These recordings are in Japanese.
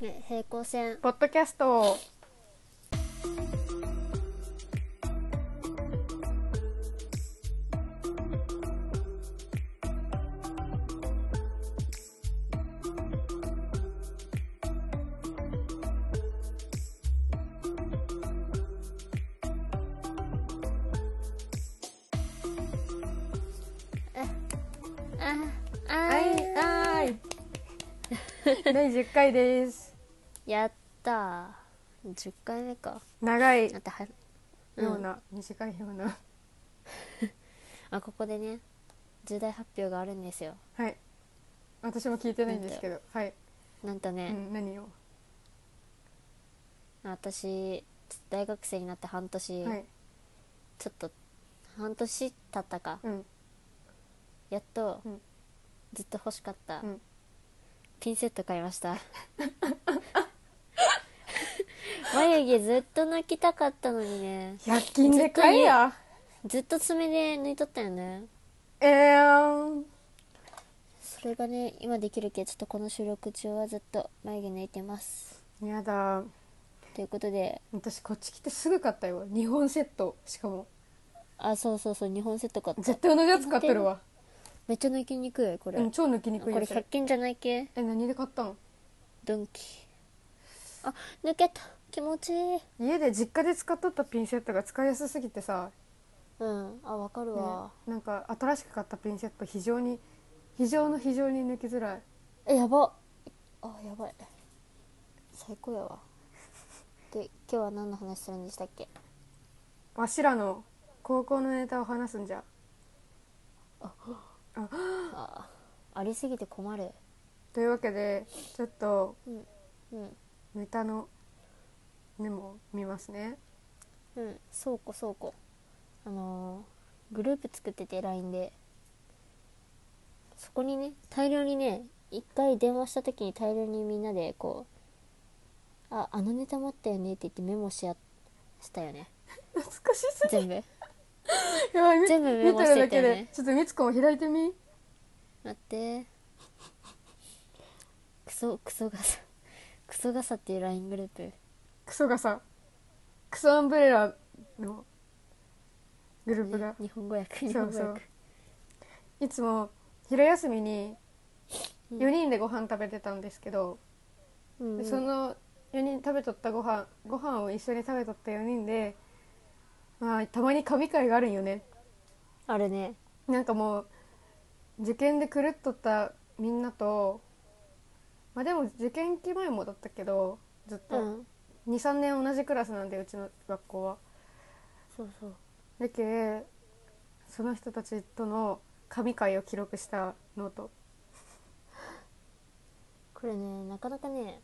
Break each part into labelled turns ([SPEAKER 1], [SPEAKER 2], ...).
[SPEAKER 1] へ平行線
[SPEAKER 2] ポッドキャスト
[SPEAKER 1] ああ
[SPEAKER 2] はいはい第10回です
[SPEAKER 1] やったー10回目か
[SPEAKER 2] 長い
[SPEAKER 1] だっては、うん
[SPEAKER 2] ような、短いような
[SPEAKER 1] あここでね重大発表があるんですよ
[SPEAKER 2] はい私も聞いてないんですけどはい、
[SPEAKER 1] なんと
[SPEAKER 2] う
[SPEAKER 1] ね、
[SPEAKER 2] ん、何を
[SPEAKER 1] 私大学生になって半年、
[SPEAKER 2] はい
[SPEAKER 1] ちょっと半年経ったか
[SPEAKER 2] うん
[SPEAKER 1] やっと、
[SPEAKER 2] うん
[SPEAKER 1] ずっと欲しかった、
[SPEAKER 2] うん
[SPEAKER 1] ピンセット買いました 眉毛ずっと泣きたかったのにね
[SPEAKER 2] 100均で買えや
[SPEAKER 1] ずっと爪で抜いとったよね
[SPEAKER 2] えー、
[SPEAKER 1] それがね今できるけどちょっとこの収録中はずっと眉毛抜いてます
[SPEAKER 2] やだ
[SPEAKER 1] ということで
[SPEAKER 2] 私こっち来てすぐ買ったよ2本セットしかも
[SPEAKER 1] あそうそうそう2本セット買った
[SPEAKER 2] 絶対同じやつ買ってるわ
[SPEAKER 1] めっちゃ抜きにくいこれ、
[SPEAKER 2] うん超抜きに
[SPEAKER 1] あ
[SPEAKER 2] くい
[SPEAKER 1] これ
[SPEAKER 2] やつ
[SPEAKER 1] 100均じゃない系
[SPEAKER 2] え何で買ったの
[SPEAKER 1] ドンキあ抜けた気持ちいい
[SPEAKER 2] 家で実家で使っとったピンセットが使いやすすぎてさ、
[SPEAKER 1] うんあわかる
[SPEAKER 2] ね
[SPEAKER 1] わ、
[SPEAKER 2] なんか新しく買ったピンセット非常に非常の非常に抜きづらい
[SPEAKER 1] えやばあやばい最高やわで今日は何の話するんでしたっけ
[SPEAKER 2] わしらの高校のネタを話すんじゃ
[SPEAKER 1] あありすぎて困る
[SPEAKER 2] というわけでちょっと
[SPEAKER 1] うん
[SPEAKER 2] ネタのメモを見ますね
[SPEAKER 1] うんそうこそうこあのーグループ作ってて LINE でそこにね大量にね一回電話した時に大量にみんなでこう「ああのネタ待ったよね」って言ってメモしあしたよね
[SPEAKER 2] 懐かしす
[SPEAKER 1] 全 部
[SPEAKER 2] ぎやばいみ
[SPEAKER 1] 全部メ
[SPEAKER 2] 見
[SPEAKER 1] モ
[SPEAKER 2] て
[SPEAKER 1] して
[SPEAKER 2] るだ
[SPEAKER 1] たよ
[SPEAKER 2] け
[SPEAKER 1] ね
[SPEAKER 2] でちょっとみつこも開いてみ
[SPEAKER 1] 待ってクソクソガサクソガサっていう LINE グループ
[SPEAKER 2] クソがさクソアンブレラのグループが
[SPEAKER 1] 日本語訳
[SPEAKER 2] う
[SPEAKER 1] 日本語訳
[SPEAKER 2] そういつも昼休みに
[SPEAKER 1] うん
[SPEAKER 2] 4人でご飯食べてたんですけど、
[SPEAKER 1] うんうん
[SPEAKER 2] その4人食べとったご飯ご飯を一緒に食べとった4人で、まあ、たまに神会があるんよね
[SPEAKER 1] あるね
[SPEAKER 2] なんかもう受験で狂っとったみんなとまあでも受験期前もだったけどずっ
[SPEAKER 1] う
[SPEAKER 2] と
[SPEAKER 1] ん
[SPEAKER 2] 23年同じクラスなんでうちの学校は。
[SPEAKER 1] そうそう
[SPEAKER 2] だけその人たちとの神会を記録したノート
[SPEAKER 1] これねなかなかね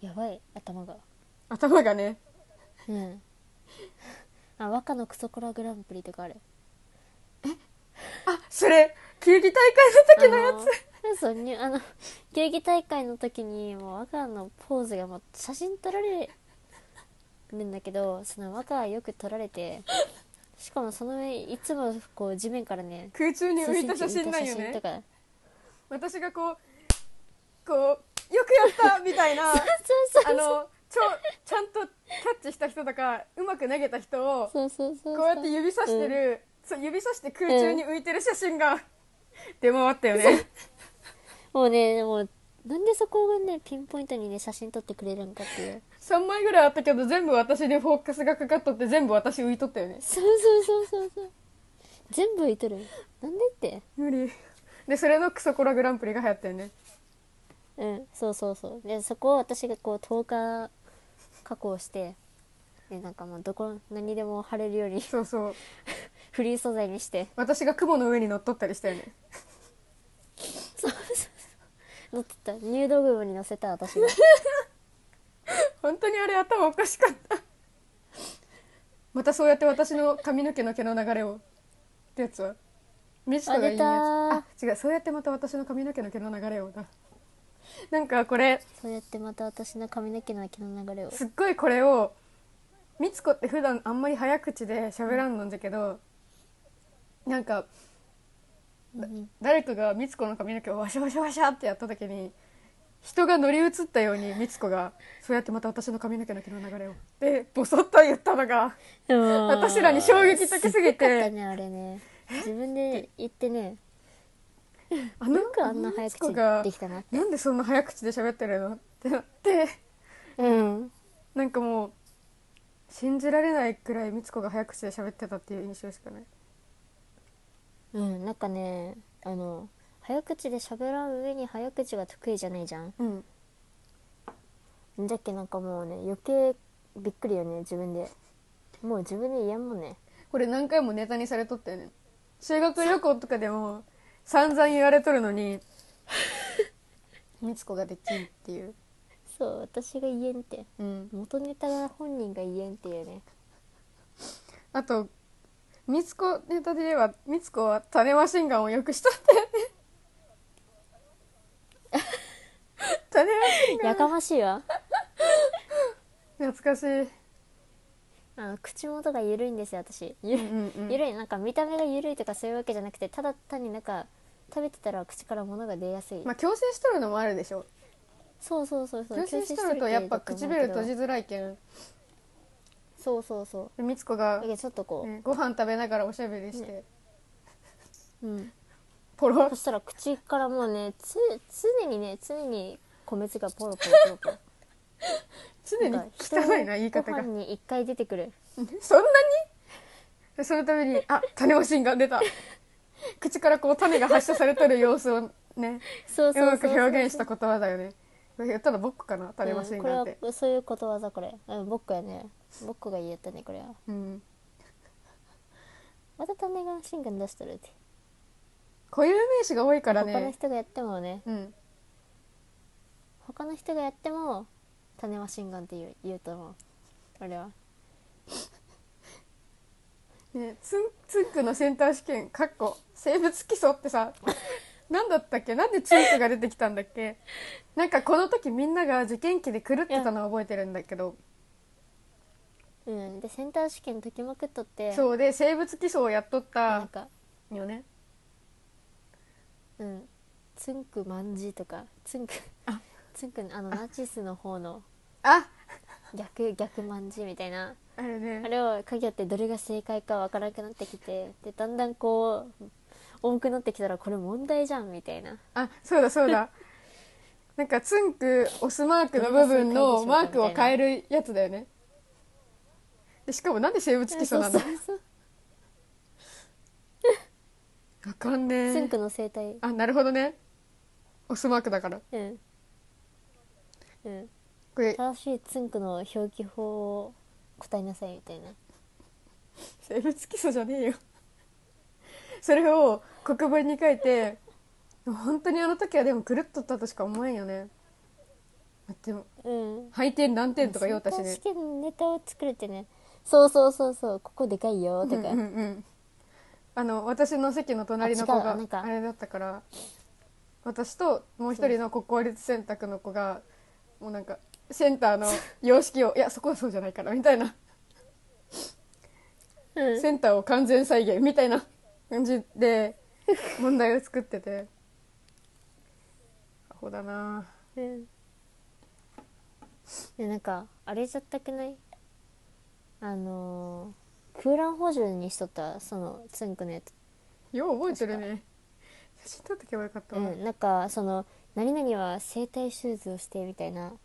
[SPEAKER 1] やばい頭が
[SPEAKER 2] 頭がね
[SPEAKER 1] うん あ和歌のクソコラグランプリとかある
[SPEAKER 2] あそれ球技大会の時のやつ、
[SPEAKER 1] つそうにあの球技大会の時にもう和歌のポーズがもう写真撮られるんだけどその和歌はよく撮られてしかもその上いつもこう地面からね
[SPEAKER 2] 空中に浮いた写真なんよ
[SPEAKER 1] 写真と
[SPEAKER 2] ね
[SPEAKER 1] か
[SPEAKER 2] 私がこうこうよくやったみたいなあ
[SPEAKER 1] そうそう
[SPEAKER 2] のちょちゃんとキャッチした人とかうまく投げた人をこ
[SPEAKER 1] そうそうそうそう
[SPEAKER 2] うやって指さしてる、そう指さして空中に浮いてる写真が出回ったよね
[SPEAKER 1] もうねもうなんでそこがねピンポイントにね写真撮ってくれるんかっていう
[SPEAKER 2] 3枚ぐらいあったけど全部私にフォーカスがかかっとって全部私浮いとったよね
[SPEAKER 1] そうそうそうそうそう全部浮いとるなんでって
[SPEAKER 2] 無理でそれのクソコラグランプリが流行ったよね
[SPEAKER 1] うんそうそうそうでそこを私がこう10日加工してでなんかもうどこ何でも貼れるように
[SPEAKER 2] そうそう
[SPEAKER 1] フリー素材にして
[SPEAKER 2] 私が雲の上に乗っとったりしたよね
[SPEAKER 1] そうそうそう乗ってた入道雲に乗せた 私が
[SPEAKER 2] 本当にあれ頭おかしかったまたそうやって私の髪の毛の毛の流れをってやつはミチコがいいやつ
[SPEAKER 1] あ
[SPEAKER 2] あ違うそうやってまた私の髪の毛の毛の流れをだなんかこれ
[SPEAKER 1] そうやってまた私の髪の毛の毛の流れを
[SPEAKER 2] すっごいこれをみつこって普段あんまり早口で喋らんのんじゃけどなんか
[SPEAKER 1] うん
[SPEAKER 2] 誰かがみつこの髪の毛をワシャワシャワシャってやった時に人が乗り移ったように美津子がそうやってまた私の髪の毛の毛の流れをでボソッと言ったのが私らに衝撃的すぎて
[SPEAKER 1] ごかったねあれね自分で言ってね
[SPEAKER 2] あの
[SPEAKER 1] よくあんな早
[SPEAKER 2] 美津子
[SPEAKER 1] 口
[SPEAKER 2] が
[SPEAKER 1] できたなって
[SPEAKER 2] なんでそんな早口で喋ってるのってなって
[SPEAKER 1] うん
[SPEAKER 2] なんかもう信じられないくらい美津子が早口で喋ってたっていう印象しかない
[SPEAKER 1] うんなんかねあの早口で喋らん上に早口が得意じゃないじゃん
[SPEAKER 2] うん
[SPEAKER 1] だっけなんかもうね余計びっくりよね自分でもう自分で言えんもんね
[SPEAKER 2] これ何回もネタにされとったよね修学旅行とかでも散々言われとるの に美津子ができんっていう
[SPEAKER 1] そう私が言えんって
[SPEAKER 2] うん
[SPEAKER 1] 元ネタが本人が言えんっていうね
[SPEAKER 2] あと美津子ネタで言えば美津子は種マシンガンをよくしとった よね種マシンガン
[SPEAKER 1] やかましいわ
[SPEAKER 2] 懐かしい
[SPEAKER 1] あの口元が緩いんですよ私ゆる
[SPEAKER 2] うんうんうん
[SPEAKER 1] 緩いなんか見た目が緩いとかそういうわけじゃなくてただ単になんか食べてたら口から物が出やすい、
[SPEAKER 2] まあ矯正しとるのもあるでしょ
[SPEAKER 1] そうそうそうそう
[SPEAKER 2] 矯正しとるとやっぱ唇閉
[SPEAKER 1] て
[SPEAKER 2] じづらいけん
[SPEAKER 1] そうそうそう
[SPEAKER 2] 美津子
[SPEAKER 1] だ
[SPEAKER 2] が
[SPEAKER 1] け、どちょっとこう、
[SPEAKER 2] ね、ご飯食べながらおしゃべりして、
[SPEAKER 1] うん
[SPEAKER 2] ポロ
[SPEAKER 1] そしたら口からもうねつ常にね常に米粒がポロポロポロポロ
[SPEAKER 2] 常に汚いな言い方が
[SPEAKER 1] ご飯に一回出てくる
[SPEAKER 2] そんなに そのためにあ種マシンガン 出た口からこう種が発射されとる様子をね
[SPEAKER 1] そう
[SPEAKER 2] う
[SPEAKER 1] そう
[SPEAKER 2] ま
[SPEAKER 1] そ
[SPEAKER 2] く
[SPEAKER 1] う
[SPEAKER 2] 表現した言葉だよね言ったの僕かな種マシンガンっ
[SPEAKER 1] うん
[SPEAKER 2] て
[SPEAKER 1] これはそういうことわざこれうん僕やね僕が言えたねこれは
[SPEAKER 2] うん
[SPEAKER 1] また種がシンガン出しとるって
[SPEAKER 2] 固有名詞が多いから
[SPEAKER 1] 他の
[SPEAKER 2] ね
[SPEAKER 1] 人がやってもね
[SPEAKER 2] うん
[SPEAKER 1] 他の人がやっても種はシンガンって言う言うと思う俺は
[SPEAKER 2] ねツンツンクのセンター試験かっこ生物基礎って さ何だったっけなんでツンクが出てきたんだっけなんかこの時みんなが受験期で狂ってたのは覚えてるんだけど
[SPEAKER 1] うんでセンター試験解きまくっとって
[SPEAKER 2] そうで生物基礎をやっとっ
[SPEAKER 1] なん
[SPEAKER 2] た
[SPEAKER 1] か
[SPEAKER 2] よね
[SPEAKER 1] うんつんくまんじとかつんく
[SPEAKER 2] あ
[SPEAKER 1] つんくあのナチスの方の
[SPEAKER 2] あ
[SPEAKER 1] 逆逆まんじみたいな
[SPEAKER 2] あれね
[SPEAKER 1] あれを鍵やってどれが正解かわからなくなってきてでだんだんこう多くなってきたらこれ問題じゃんみたいな
[SPEAKER 2] あそうだそうだ なんかツンクオスマークの部分のマークを変えるやつだよねでしかもなんで生物基礎なんだ
[SPEAKER 1] そうそうそう
[SPEAKER 2] わかんね
[SPEAKER 1] つん
[SPEAKER 2] え
[SPEAKER 1] くの生態
[SPEAKER 2] あなるほどねオスマークだから
[SPEAKER 1] うんうん
[SPEAKER 2] これ
[SPEAKER 1] 正しいつんくの表記法を答えなさいみたいな
[SPEAKER 2] 生物基礎じゃねえよそれを国文に書いて本当にあの時はでも狂っとったとしか思えんよねだって
[SPEAKER 1] うん
[SPEAKER 2] 配点何点とか言おうたしね
[SPEAKER 1] センター試験ネタを作るってねそうそうそうそうここでかいよとか、
[SPEAKER 2] うんうんうんあの私の席の隣の子
[SPEAKER 1] あ違う
[SPEAKER 2] が
[SPEAKER 1] なんか
[SPEAKER 2] あれだったから私ともう一人の国公立選択の子がもうなんかセンターの様 式をいやそこはそうじゃないからみたいな
[SPEAKER 1] うん
[SPEAKER 2] センターを完全再現みたいな感じで問題を作っててアホだな
[SPEAKER 1] うんでなんかあれじゃったくないあのー空欄補充にしとったそのつんくのやつ、
[SPEAKER 2] よう覚えてるね写真撮っとけばよかった
[SPEAKER 1] う
[SPEAKER 2] わ、
[SPEAKER 1] ん、なんかその「何々は整体手術をして」みたいな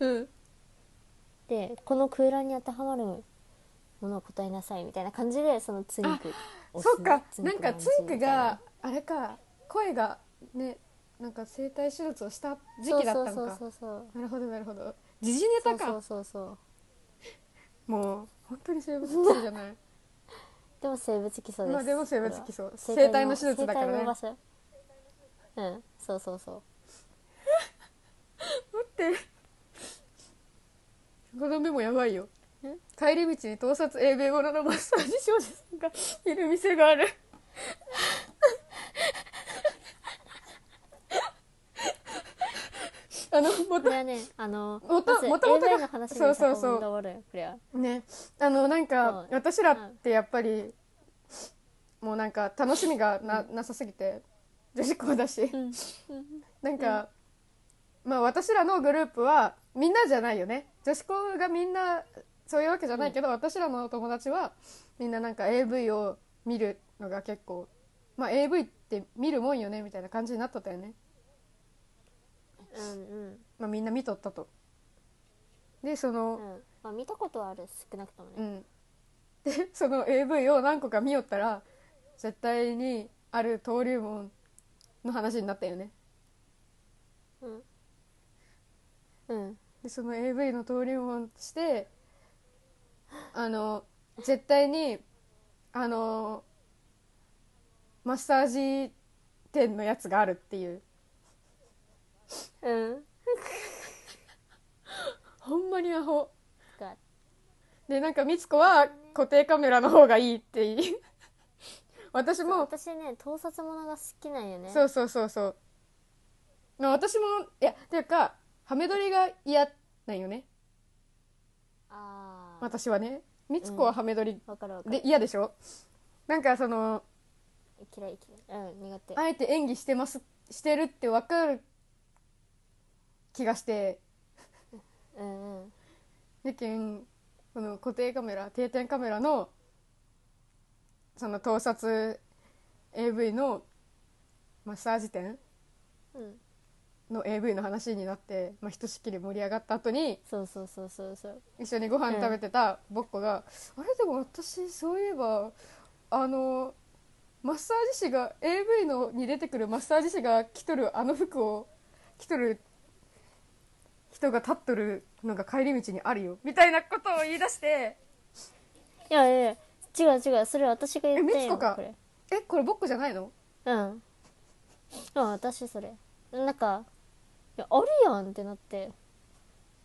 [SPEAKER 2] うん
[SPEAKER 1] でこの空欄に当てはまるものを答えなさいみたいな感じでそのつんくを
[SPEAKER 2] そっか
[SPEAKER 1] す
[SPEAKER 2] なんか
[SPEAKER 1] の
[SPEAKER 2] ツンクがあれか声がねなんか整体手術をした時期だった
[SPEAKER 1] そうそう
[SPEAKER 2] のか
[SPEAKER 1] そうそう
[SPEAKER 2] なるほどなるほど時事ネ
[SPEAKER 1] そ
[SPEAKER 2] タ
[SPEAKER 1] う
[SPEAKER 2] か
[SPEAKER 1] そうそうそう
[SPEAKER 2] もう本当に生物基礎じゃない
[SPEAKER 1] でも生物基礎です
[SPEAKER 2] まあでも生物基礎
[SPEAKER 1] これは
[SPEAKER 2] 生体の手術だから
[SPEAKER 1] 生
[SPEAKER 2] ね
[SPEAKER 1] 体の場所うんそうそうそう
[SPEAKER 2] 待ってこのメモやばいよ
[SPEAKER 1] ん
[SPEAKER 2] 帰り道に盗撮英米語のマッサージ少女さんが いる店がある あのボ
[SPEAKER 1] こ
[SPEAKER 2] タ
[SPEAKER 1] れはねあの
[SPEAKER 2] もと
[SPEAKER 1] まず
[SPEAKER 2] もともとが
[SPEAKER 1] AV の話に
[SPEAKER 2] そうそうそう
[SPEAKER 1] 運んだわるこれは
[SPEAKER 2] ンねあのなんか
[SPEAKER 1] そう
[SPEAKER 2] 私らってやっぱりもうなんか楽しみがななさすぎて女子校だし
[SPEAKER 1] うん
[SPEAKER 2] なんか、まあ私らのグループはみんなじゃないよね女子校がみんなそういうわけじゃないけど、私らのお友達はみんななんか AV を見るのが結構まあ AV って見るもんよねみたいな感じになっとったよね
[SPEAKER 1] うんうん
[SPEAKER 2] まあみんな見とったとでその、
[SPEAKER 1] うんまあ見たことはある少なくとも
[SPEAKER 2] う
[SPEAKER 1] ね
[SPEAKER 2] ん、で その AV を何個か見よったら絶対にある登竜門の話になったよね
[SPEAKER 1] うんうん
[SPEAKER 2] でその AV の登竜門としてあの絶対にあのマッサージ店のやつがあるっていう
[SPEAKER 1] うん
[SPEAKER 2] ほんまにアホ
[SPEAKER 1] が
[SPEAKER 2] でなんかみつこは固定カメラの方がいいって言い 私
[SPEAKER 1] そう
[SPEAKER 2] も
[SPEAKER 1] 私ね盗撮ものが好きなんよね
[SPEAKER 2] そうそうそうそうまあ私もいやていうかハメ撮りが嫌なんよね
[SPEAKER 1] ああ
[SPEAKER 2] 私はねみつこはハメ撮り
[SPEAKER 1] わかるわかる
[SPEAKER 2] で嫌でしょなんかその
[SPEAKER 1] 嫌い嫌いうん苦手
[SPEAKER 2] あえて演技してますしてるって分かる気がして
[SPEAKER 1] うんうん
[SPEAKER 2] やけんこの固定カメラ定点カメラのその盗撮 AV のマッサージ店
[SPEAKER 1] うん
[SPEAKER 2] の AV の話になって、まあ、ひとしきり盛り上がった後に
[SPEAKER 1] そうそうそうそうそう
[SPEAKER 2] 一緒にご飯食べてたぼっこが「あれでも私そういえばあのマッサージ師が AV のに出てくるマッサージ師が着とるあの服を着とる人が立っとるのが帰り道にあるよ」みたいなことを言い出して
[SPEAKER 1] いやいやいや違う違うそれ私が言ったん
[SPEAKER 2] えみつ
[SPEAKER 1] よ
[SPEAKER 2] こか
[SPEAKER 1] これ
[SPEAKER 2] 「えこれぼっこじゃないの?
[SPEAKER 1] うんあ私それなんかいやあるやんってなって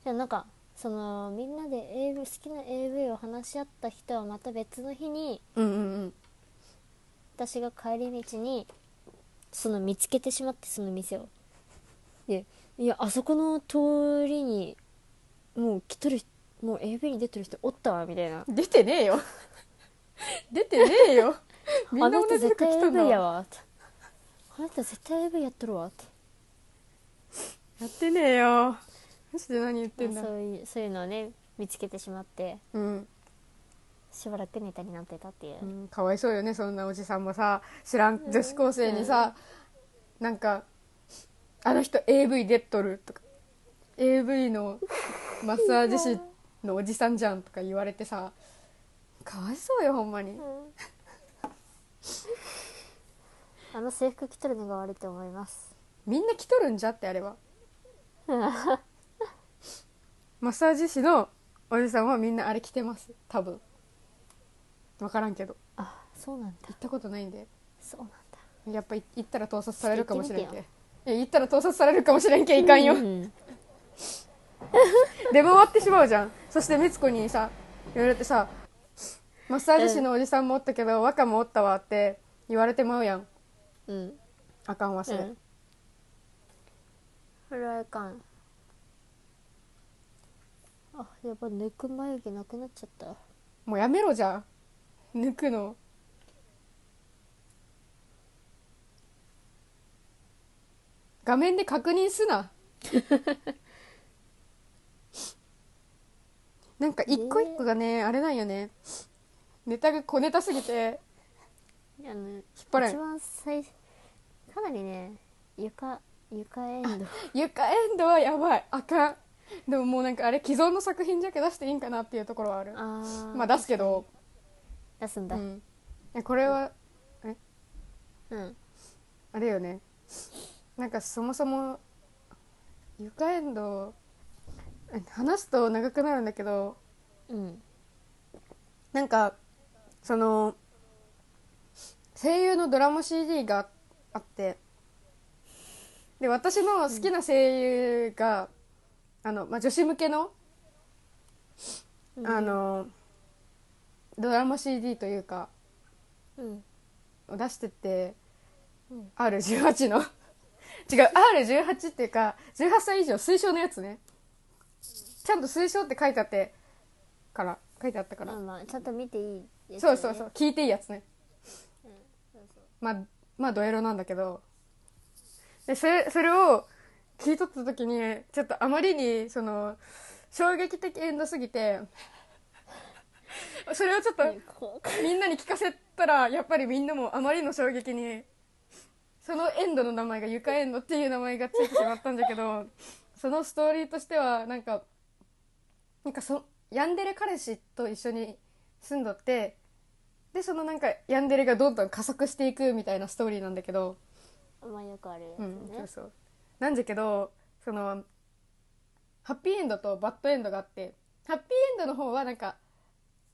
[SPEAKER 1] いやなんかそのみんなで AV 好きな AV を話し合った人はまた別の日に」
[SPEAKER 2] うんうんうん
[SPEAKER 1] 私が帰り道にその見つけてしまってその店をでいやあそこの通りにもう来とる人もう AV に出てる人おったわみたいな
[SPEAKER 2] 出てねえよ 出てねえ よみん
[SPEAKER 1] あ
[SPEAKER 2] な
[SPEAKER 1] の
[SPEAKER 2] 同
[SPEAKER 1] 人
[SPEAKER 2] じ
[SPEAKER 1] 絶
[SPEAKER 2] 服
[SPEAKER 1] 対
[SPEAKER 2] 着とん
[SPEAKER 1] AV
[SPEAKER 2] だ
[SPEAKER 1] や
[SPEAKER 2] わ
[SPEAKER 1] わってあの人絶対 AV やっとるわって
[SPEAKER 2] やってねえよマジで何言ってんだ
[SPEAKER 1] そういうそういうのをね見つけてしまって
[SPEAKER 2] うん
[SPEAKER 1] しばらくネタになってたっていう、
[SPEAKER 2] うん、かわいそうよねそんなおじさんもさ知らん女子高生にさ、なんか「あの人 AV 出っとる」とか「AV のマッサージ師のおじさんじゃん」とか言われてさかわいそうよほんまに
[SPEAKER 1] あの制服着とるのが悪いと思います
[SPEAKER 2] みんな来とるんじゃってあれはマッサージ師のおじさんはみんなあれ着てます多分分からんけど
[SPEAKER 1] あそうなんだ
[SPEAKER 2] 行ったことないんで
[SPEAKER 1] そうなんだ
[SPEAKER 2] やっぱい行ったら盗撮されるかもしれん
[SPEAKER 1] ちょっと
[SPEAKER 2] け
[SPEAKER 1] 行っ
[SPEAKER 2] いや行ったら盗撮されるかもしれんけいかんよ、
[SPEAKER 1] うん
[SPEAKER 2] 出回ってしまうじゃんそしてみつこにさ言われてさマッサージ師のおじさんもおったけど若もおったわって言われてまうやん
[SPEAKER 1] うん
[SPEAKER 2] あかんわそれ、
[SPEAKER 1] うんフライカンあやば抜く眉毛なくなっちゃった
[SPEAKER 2] もうやめろじゃん抜くの画面で確認すななんか一個一個がねあれなんよねネタが小ネタすぎて
[SPEAKER 1] あの引っ
[SPEAKER 2] 張れん
[SPEAKER 1] 一番最かなりね床床エンド
[SPEAKER 2] ゆかエンドはやばいあかんでももうなんかあれ既存の作品じゃけ出していいんかなっていうところはある
[SPEAKER 1] あー
[SPEAKER 2] まあ出すけど、
[SPEAKER 1] 出すん
[SPEAKER 2] う
[SPEAKER 1] だ
[SPEAKER 2] ん、えこれは
[SPEAKER 1] うん
[SPEAKER 2] あれよねなんかそもそもゆかエンドえ話すと長くなるんだけど
[SPEAKER 1] うん
[SPEAKER 2] なんかその声優のドラマ CD があってで私の好きな声優が、あのまあ、女子向けの
[SPEAKER 1] うん
[SPEAKER 2] あのドラマ CD というか
[SPEAKER 1] うん
[SPEAKER 2] を出してて、
[SPEAKER 1] うん
[SPEAKER 2] R18 の 違う R18 っていうか18歳以上推奨のやつねちゃんと推奨って書いてあってから書いてあったから、
[SPEAKER 1] まあまあちゃんと見ていいやつ
[SPEAKER 2] そ
[SPEAKER 1] ね
[SPEAKER 2] うそうそう聞いていいやつね、
[SPEAKER 1] そうそう
[SPEAKER 2] まあまあドエロなんだけどでそれそれを聞いとった時にちょっとあまりにその衝撃的エンドすぎてそれをちょっと
[SPEAKER 1] こ
[SPEAKER 2] みんなに聞かせたらやっぱりみんなもあまりの衝撃にそのエンドの名前が「床エンド」っていう名前がついてしまったんだけどそのストーリーとしてはなんかなんかそヤンデレ彼氏と一緒に住んどってでそのなんかヤンデレがどんどん加速していくみたいなストーリーなんだけど。
[SPEAKER 1] うまあよくあるやつ
[SPEAKER 2] う
[SPEAKER 1] ね、
[SPEAKER 2] ん、そうそうなんじゃけどそのハッピーエンドとバッドエンドがあってハッピーエンドの方はなんか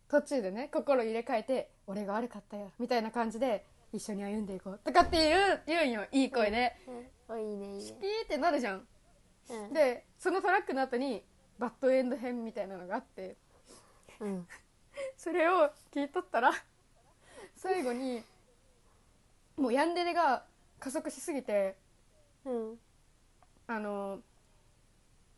[SPEAKER 2] 途中でね心入れ替えて「俺が悪かったよ」みたいな感じで一緒に歩んでいこうとかっていう言うんよいい声で、
[SPEAKER 1] うん、おいいねいいね
[SPEAKER 2] ピーってなるじゃん
[SPEAKER 1] うん
[SPEAKER 2] でそのトラックの後にバッドエンド編みたいなのがあって
[SPEAKER 1] うん
[SPEAKER 2] それを聞いとったら最後にもうヤンデレが加速しすぎて
[SPEAKER 1] うん
[SPEAKER 2] あの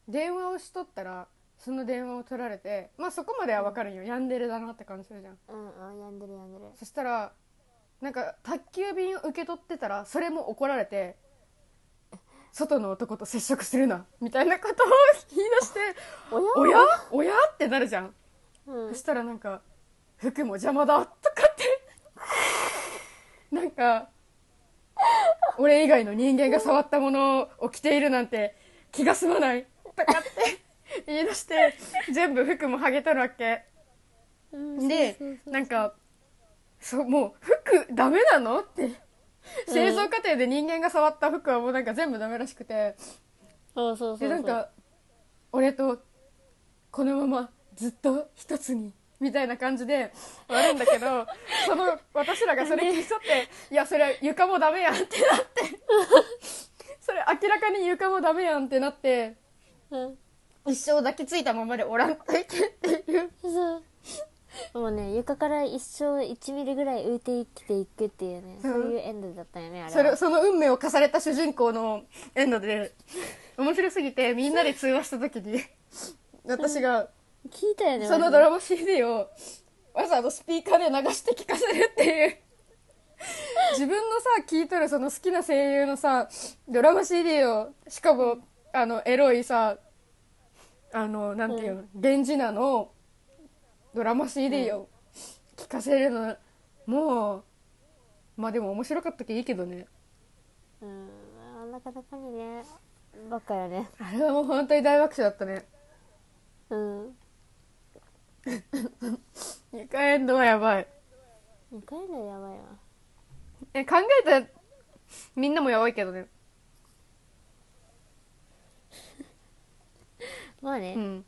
[SPEAKER 2] 電話をしとったらその電話を取られてまあそこまでは分かるんよ、ヤンデレだなって感じするじゃん
[SPEAKER 1] うんあやんでるやんでる
[SPEAKER 2] そしたらなんか宅急便を受け取ってたらそれも怒られて外の男と接触するなみたいなことを言い出して
[SPEAKER 1] おや
[SPEAKER 2] 「おやおや?」ってなるじゃん
[SPEAKER 1] うん
[SPEAKER 2] そしたらなんか「服も邪魔だ」とかって なんか俺以外の人間が触ったものを着ているなんて気が済まないとかって 言い出して全部服も剥げとるわけ
[SPEAKER 1] うん
[SPEAKER 2] で
[SPEAKER 1] そうそうそう
[SPEAKER 2] なんかそうもう服ダメなのって製造過程で人間が触った服はもうなんか全部ダメらしくて
[SPEAKER 1] そうそうそう
[SPEAKER 2] でなんか俺とこのままずっと一つにみたいな感じで終わるんだけどその私らがそれ聞いとって「いやそれ床もダメやん」ってなってそれ明らかに床もダメやんってなって
[SPEAKER 1] うん
[SPEAKER 2] 一生抱きついたままでおらんといけっていう
[SPEAKER 1] そうもうね床から一生1ミリぐらい浮いて生きていくっていうね、
[SPEAKER 2] うん
[SPEAKER 1] そういうエンドだったよねあれ
[SPEAKER 2] そ
[SPEAKER 1] は
[SPEAKER 2] れその運命を課された主人公のエンドで面白すぎてみんなで通話した時に私が
[SPEAKER 1] 聞いたよね
[SPEAKER 2] そ
[SPEAKER 1] マ
[SPEAKER 2] の
[SPEAKER 1] ジで
[SPEAKER 2] ドラマ CD をわざわざスピーカーで流して聞かせるっていう自分のさ聴いとるその好きな声優のさドラマ CD をしかもあのエロいさあのなんていうの、源氏名のドラマ CD を聞かせるの、もうまあでも面白かったけいいけどね
[SPEAKER 1] うんまあなかなかにねばっかよね
[SPEAKER 2] あれはもう本当に大爆笑だったね
[SPEAKER 1] うん
[SPEAKER 2] 2回エンドはやばい
[SPEAKER 1] 2回のやばいわ
[SPEAKER 2] え考えたらみんなもやばいけどね
[SPEAKER 1] まあね、
[SPEAKER 2] うん、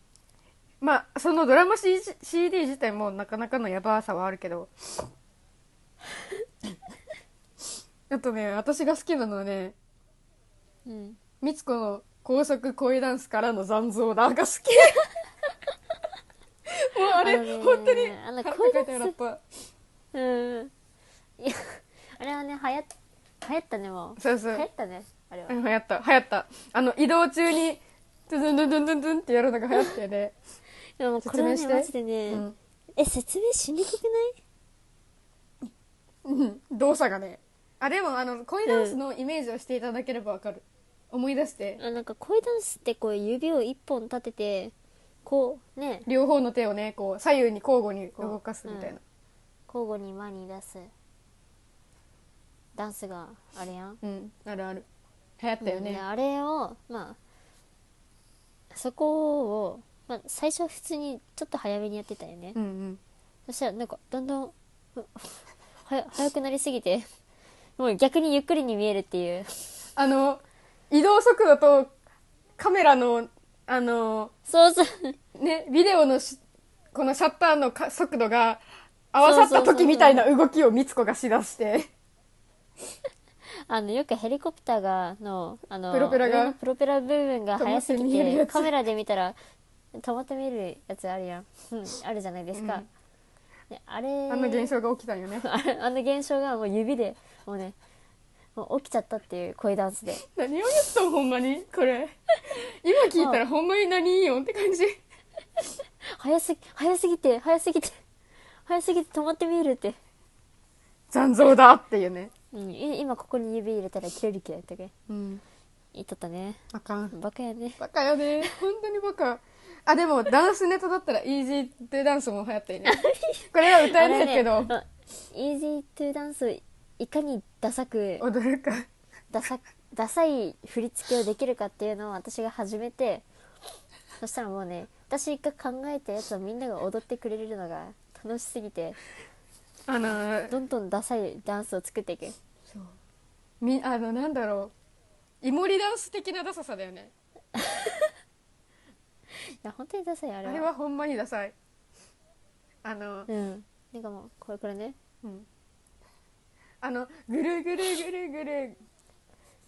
[SPEAKER 2] まあそのドラマ C- CD 自体もなかなかのやばさはあるけど あとね私が好きなのはね
[SPEAKER 1] うん、
[SPEAKER 2] みつこの高速恋ダンスからの残像だが好き もうあれ
[SPEAKER 1] あのね
[SPEAKER 2] 本当に
[SPEAKER 1] あの
[SPEAKER 2] 腹
[SPEAKER 1] 恋ダ
[SPEAKER 2] 抱
[SPEAKER 1] ン
[SPEAKER 2] え
[SPEAKER 1] ス
[SPEAKER 2] て笑った
[SPEAKER 1] うんいやあれはねはや流行ったねも
[SPEAKER 2] そうそう
[SPEAKER 1] う流行ったねあれは、
[SPEAKER 2] うん流行った流行ったあの移動中にドゥンドゥンドゥンドゥンドゥンってやるのが流行ってね、
[SPEAKER 1] でもこれはね
[SPEAKER 2] 説明して
[SPEAKER 1] マジでね、
[SPEAKER 2] うん
[SPEAKER 1] え説明しにくくない
[SPEAKER 2] うん動作がねあでもあの恋ダンスのイメージをしていただければわかる、思い出して
[SPEAKER 1] あなんか恋ダンスってこう指を一本立ててこうね
[SPEAKER 2] 両方の手をねこう左右に交互に動かすみたいな
[SPEAKER 1] 交互に前に出すダンスがあれやん
[SPEAKER 2] うん、あるある流行ったよ
[SPEAKER 1] うんで
[SPEAKER 2] ね、
[SPEAKER 1] あれをまあそこを、まあ、最初は普通にちょっと早めにやってたよね、
[SPEAKER 2] うん、うん
[SPEAKER 1] そしたらなんかだんだんうはや早くなりすぎてもう逆にゆっくりに見えるっていう
[SPEAKER 2] あの移動速度とカメラのあの
[SPEAKER 1] そうそう
[SPEAKER 2] ねビデオのしこのシャッターのか速度が合わさった時みたいな動きをみつこがしだして
[SPEAKER 1] あのよくヘリコプターがのあの
[SPEAKER 2] プロペラが
[SPEAKER 1] 上のプロペラ部分が速すぎ
[SPEAKER 2] 止まって見える
[SPEAKER 1] て
[SPEAKER 2] やつ
[SPEAKER 1] カメラで見たら止まって見えるやつあるやん、うん、あるじゃないですか、であれ
[SPEAKER 2] あんな現象が起きたんよね
[SPEAKER 1] あ れあの現象がもう指でもうねもう起きちゃったっていう恋ダンスで
[SPEAKER 2] 何を言ったんほんまにこれ今聞いたらほんまに何いいよって感じ
[SPEAKER 1] 早すぎ早すぎて早すぎて早すぎて止まって見えるって、
[SPEAKER 2] 残像だっていうね
[SPEAKER 1] うん、い今ここに指入れたら切れるけとか
[SPEAKER 2] うん
[SPEAKER 1] 言っとったね
[SPEAKER 2] あかん
[SPEAKER 1] バカやね
[SPEAKER 2] バカよね本当にバカあでもダンスネタだったらイージーでダンスも流行ったよ ねこれは歌えないけど、
[SPEAKER 1] あれねあイージートゥダンスをいかにダサく
[SPEAKER 2] 踊るか
[SPEAKER 1] ダサダサい振り付けをできるかっていうのを私が始めてそしたらもうね私が考えたやつをみんなが踊ってくれるのが楽しすぎて
[SPEAKER 2] あのー
[SPEAKER 1] どんどんダサいダンスを作っていく
[SPEAKER 2] そうみあのなんだろうイモリダンス的なダサさだよね
[SPEAKER 1] いや本当にダサいあ
[SPEAKER 2] あ
[SPEAKER 1] れ
[SPEAKER 2] れ
[SPEAKER 1] は
[SPEAKER 2] はほんまにダサいあの、
[SPEAKER 1] うんなんかもうこれこれね
[SPEAKER 2] うんあのぐるぐるぐるぐる、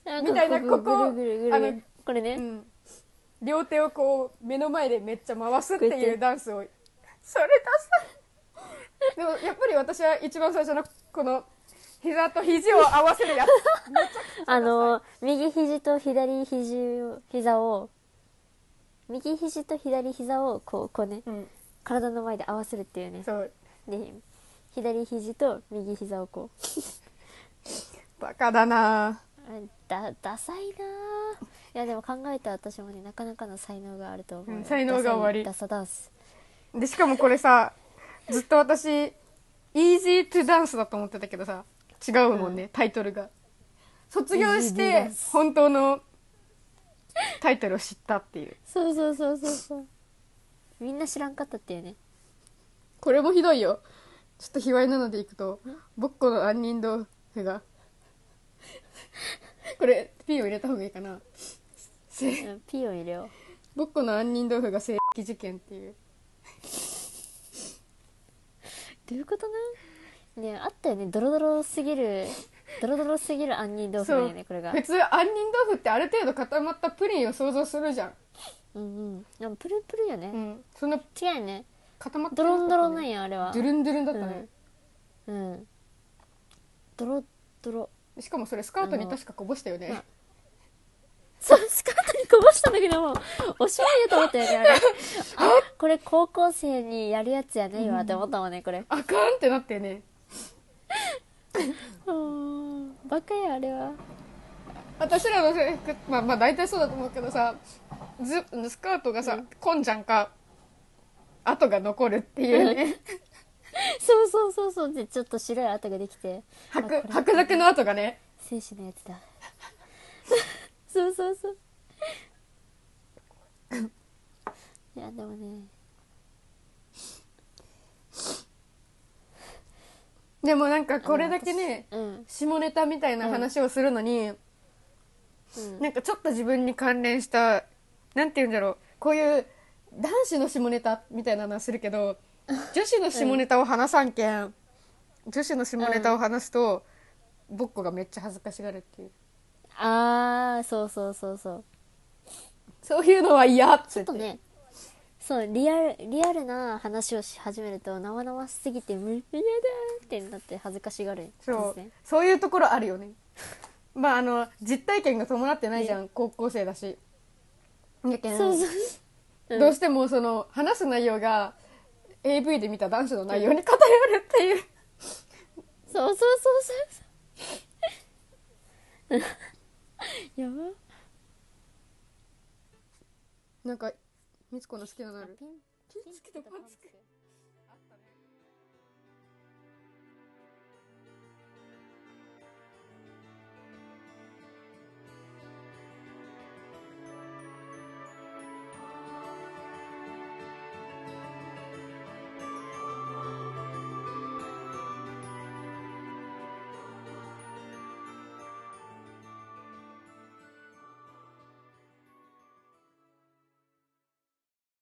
[SPEAKER 1] み
[SPEAKER 2] みたいなここ
[SPEAKER 1] ぐるぐるぐ
[SPEAKER 2] あ
[SPEAKER 1] るぐ
[SPEAKER 2] の
[SPEAKER 1] るこれね、
[SPEAKER 2] うん、両手をこう目の前でめっちゃ回すって
[SPEAKER 1] こうやっ
[SPEAKER 2] い
[SPEAKER 1] て
[SPEAKER 2] うダンスをそれダサいでもやっぱり私は一番最初のこの膝と肘を合わせる やつ
[SPEAKER 1] あの右肘と左肘を膝を右肘と左膝をこうこうね
[SPEAKER 2] うん、
[SPEAKER 1] 体の前で合わせるっていうね
[SPEAKER 2] そう
[SPEAKER 1] で左肘と右膝をこう
[SPEAKER 2] バカだな
[SPEAKER 1] あだダサいなあいやでも考えた私もねなかなかの才能があると思うよ、
[SPEAKER 2] うん才能が終わり
[SPEAKER 1] ダサいダサダンス
[SPEAKER 2] でしかもこれさずっと私「Easy to Dance」だと思ってたけどさ違うもんね、タイトルが卒業
[SPEAKER 1] Easy
[SPEAKER 2] し
[SPEAKER 1] to
[SPEAKER 2] て
[SPEAKER 1] Dance
[SPEAKER 2] 本当のタイトルを知ったっていう
[SPEAKER 1] そうそうそうそうそうみんな知らんかったっていうね
[SPEAKER 2] これもひどいよちょっと卑猥なのでいくと「ぼっこの杏仁豆腐が」 これ P を入れた方がいいかなせ
[SPEAKER 1] うんピーを入れよ
[SPEAKER 2] ぼっこの杏仁豆腐が性癖事件っていう
[SPEAKER 1] うどういうことなねあったよねドロドロすぎるドロドロすぎる杏仁豆腐だよねこれが
[SPEAKER 2] 普通杏仁豆腐ってある程度固まったプリンを想像するじゃん、
[SPEAKER 1] うんうんでもプルンプルンよね、
[SPEAKER 2] うん、そんな
[SPEAKER 1] 違うよね
[SPEAKER 2] 固まって
[SPEAKER 1] ドロンドロなん
[SPEAKER 2] い
[SPEAKER 1] やあれは
[SPEAKER 2] ドゥルンドゥルンだったね、
[SPEAKER 1] うんドロドロ
[SPEAKER 2] しかもそれスカート
[SPEAKER 1] あ
[SPEAKER 2] に
[SPEAKER 1] の
[SPEAKER 2] 確かこぼしたよね
[SPEAKER 1] あそう、スカートにこぼしたんだけども、おしまいやと思ったよ ね、あれ。あ、これ高校生にやるやつやね、今って思ったもんね、これ。
[SPEAKER 2] あかんってなってね
[SPEAKER 1] うん、バカや、あれは。
[SPEAKER 2] 私らの制服まあまあ大体そうだと思うけどさずスカートがさ、こんじゃんか跡が残るっていうね
[SPEAKER 1] そうそうそうそう、で、ちょっと白い跡ができて、
[SPEAKER 2] 白白濁の跡がね
[SPEAKER 1] 精子のやつ だ。そうそうそう。いや、でもね、
[SPEAKER 2] でもなんかこれだけね
[SPEAKER 1] うん、
[SPEAKER 2] 下ネタみたいな話をするのに、
[SPEAKER 1] うん。
[SPEAKER 2] なんかちょっと自分に関連したなんて言うんだろうこういう男子の下ネタみたいなのはするけど女子の下ネタを話さんけん、女子の下ネタを話すと、ぼっこがめっちゃ恥ずかしがるっていう
[SPEAKER 1] あー、そうそうそうそう。
[SPEAKER 2] そういうのは嫌っ
[SPEAKER 1] ち
[SPEAKER 2] て
[SPEAKER 1] ょっと
[SPEAKER 2] 言って
[SPEAKER 1] ね、そう、リアル、リアルな話をし始めると、生々しすぎて、む、嫌だーってなって恥ずかしがるんです
[SPEAKER 2] そ
[SPEAKER 1] ね。
[SPEAKER 2] うそういうところあるよね まああの実体験が伴ってないじゃん高校生だしやけん
[SPEAKER 1] そうそう。うん
[SPEAKER 2] どうしてもその話す内容が AV で見た男子の内容に偏るっていう
[SPEAKER 1] そうそうそうそう そう。やば。
[SPEAKER 2] なんかみつこの好きなのある
[SPEAKER 1] ピン
[SPEAKER 2] 金付けとパン付け
[SPEAKER 1] け。